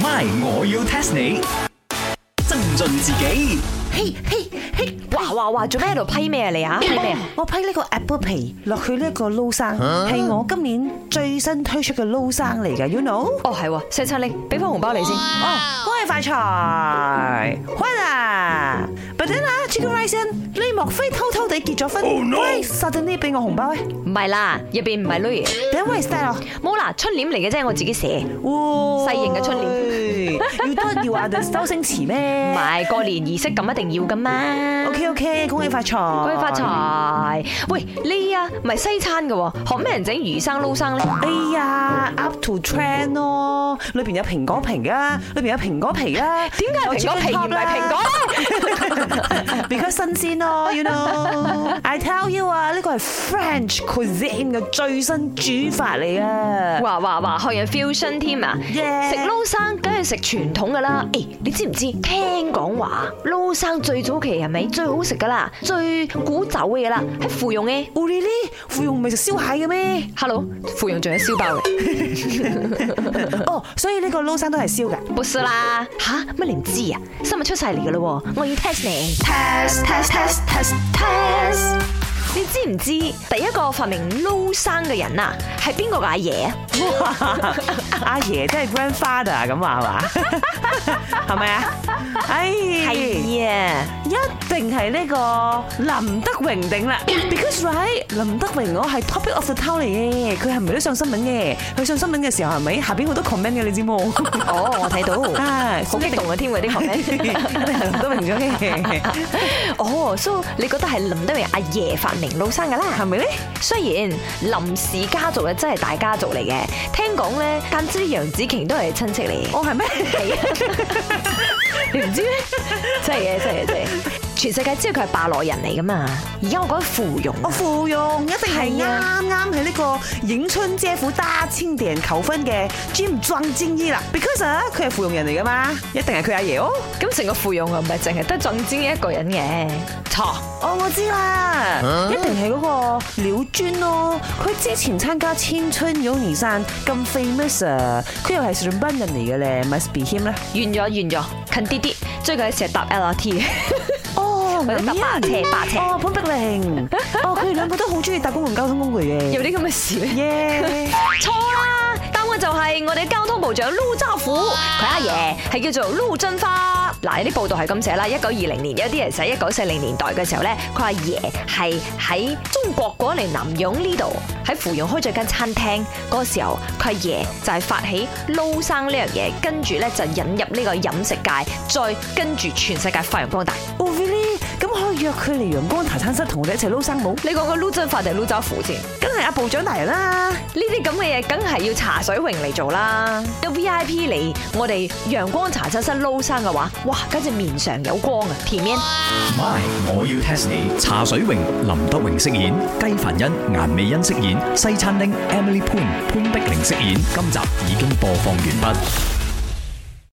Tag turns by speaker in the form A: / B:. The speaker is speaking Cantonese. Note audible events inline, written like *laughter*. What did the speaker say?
A: My，我要 test 你。增進自己
B: 嘿嘿嘿！哇哇哇！做咩喺度批咩啊
C: *laughs*
B: 你啊？批咩啊？
C: 我批呢個 Apple 皮落去呢個撈生，係我今年最新推出嘅撈生嚟嘅，you know？
B: 哦係喎，細陳你俾翻紅包你先。
C: 哦，恭喜發財，歡啊！But then 啊，Chicken Rice，你莫非偷偷地結咗婚？喂，實定啲俾我紅包咧
B: 唔係啦，入邊唔係 Louis，
C: ？Then where is that 啊？
B: 冇啦，春聯嚟嘅啫，我自己
C: *laughs*
B: 寫。
C: 哇
B: 細型嘅春
C: *laughs* 聯，要多人要話周星馳
B: 唔
C: 咩
B: 係過年儀式咁一定要噶嘛。
C: ？OK OK，恭喜發財，
B: 恭喜發！財！喂，你啊，唔係西餐嘅喎，學咩人整魚生撈生咧？
C: 哎呀，up to trend 咯，裏邊有蘋果皮啊，裏邊有蘋果皮啊，
B: 點解係蘋果皮而唔係蘋
C: *laughs*
B: 果？
C: ？Because 新鮮咯，you
B: *laughs*
C: know。I tell you 啊，呢個係 French cuisine 嘅最新煮法嚟啊！
B: 哇哇哇，學人 fusion 添啊！
C: Yeah
B: 食撈生梗係食傳統噶啦。誒，你知唔知？聽講話撈生最早期係咪最好食噶啦？最古早嘅嘢啦，喺芙蓉嘅。
C: 哦你呢？芙蓉唔係食燒蟹嘅
B: *laughs*
C: 咩？
B: Hello，芙蓉仲有燒包嘅，
C: 哦，所以呢個撈生都係燒
B: *laughs*
C: 㗎。
B: 不是啦吓乜你唔知啊？新聞出晒嚟噶啦，我要 test 你。
D: test test test test test
B: 你知唔知第一個發明撈生嘅人啊，係邊個嘅阿爺啊？
C: 阿爺真係 grandfather 咁啊話係嘛？ *laughs* 係咪啊？哎，
D: 嗯
B: 係啊，
C: 一定係呢個林德榮頂啦，because right 林德榮我係 topic of the town 嚟嘅，佢係咪都上新聞嘅？佢上新聞嘅時候係咪下邊好多 comment 嘅？你知冇？ *laughs*
B: 哦，我睇到，
C: 啊
D: 嗯
B: 好激動啊添喎啲
D: *laughs*
C: 一定
B: comment。
C: 係林德榮咗嘅，
B: 哦，所以你覺得係林德榮阿爺發明撈生噶啦？
C: 係咪咧？
B: 雖然林氏家族啊咧真係大家族嚟嘅，聽講咧間知楊紫瓊都係親戚嚟嘅。
C: 我係咩？
B: 係啊， *laughs* 你唔知咩？真係嘅，真係嘅，真係嘅。全世界知道佢係霸內人嚟噶嘛？而家我講緊芙蓉
C: 我芙蓉一定係
B: 係
C: 啱
B: 啊
C: 啱喺呢個迎春姐夫大千地人求婚嘅 Jim 莊正依啦，because 啊佢係芙蓉人嚟噶嘛，一定係佢阿爺哦。
B: 咁成個芙蓉啊，唔係淨係得鄭晶一個人嘅。錯，
C: 哦，我知啦，
B: 啊
C: 一定係嗰個廖尊咯。佢之前參加千春有你山咁 famous 啊，佢又係上班人嚟嘅咧，must be him 咧。
B: 完咗，完咗，近啲啲。最近成日搭 LRT *laughs* 嘅，
C: 哦，
B: 或者搭白 *laughs* 車白車
C: 哦，潘碧
B: *laughs*
C: 玲。哦，佢哋兩個都好中意搭公共交通工具
B: 有
C: 嘅。
B: 啲咁嘅事咩？ *laughs*
C: 耶！
B: 錯啦，答案就係我哋交通部長陸兆福，佢阿爺係叫做陸振發。嗱，有啲報道係咁寫啦，一九二零年有啲人寫一九四零年代嘅時候咧，佢阿爺係喺中國嗰嚟南洋呢度喺芙蓉開咗間餐廳，嗰個時候佢阿爺就係發起撈生呢樣嘢，跟住咧就引入呢個飲食界，再跟住全世界發揚光大。
C: 哦，really？咁可以約佢嚟陽光茶餐室同我哋一齊撈生舞，
B: 你講個陸振發定係陸兆福先？
C: 梗係阿部長大人啦。
B: 啊呢啲咁嘅嘢，梗係要茶水榮嚟做啦。有 V I P 嚟，我哋陽光茶餐室撈生嘅話，哇，簡直面上有光啊！片面。
A: ，My，我要 test 你。茶水榮、林德榮飾演，雞凡欣、顏美欣飾演，西餐廳 Emily Poon 潘碧玲飾演。今集已經播放完畢。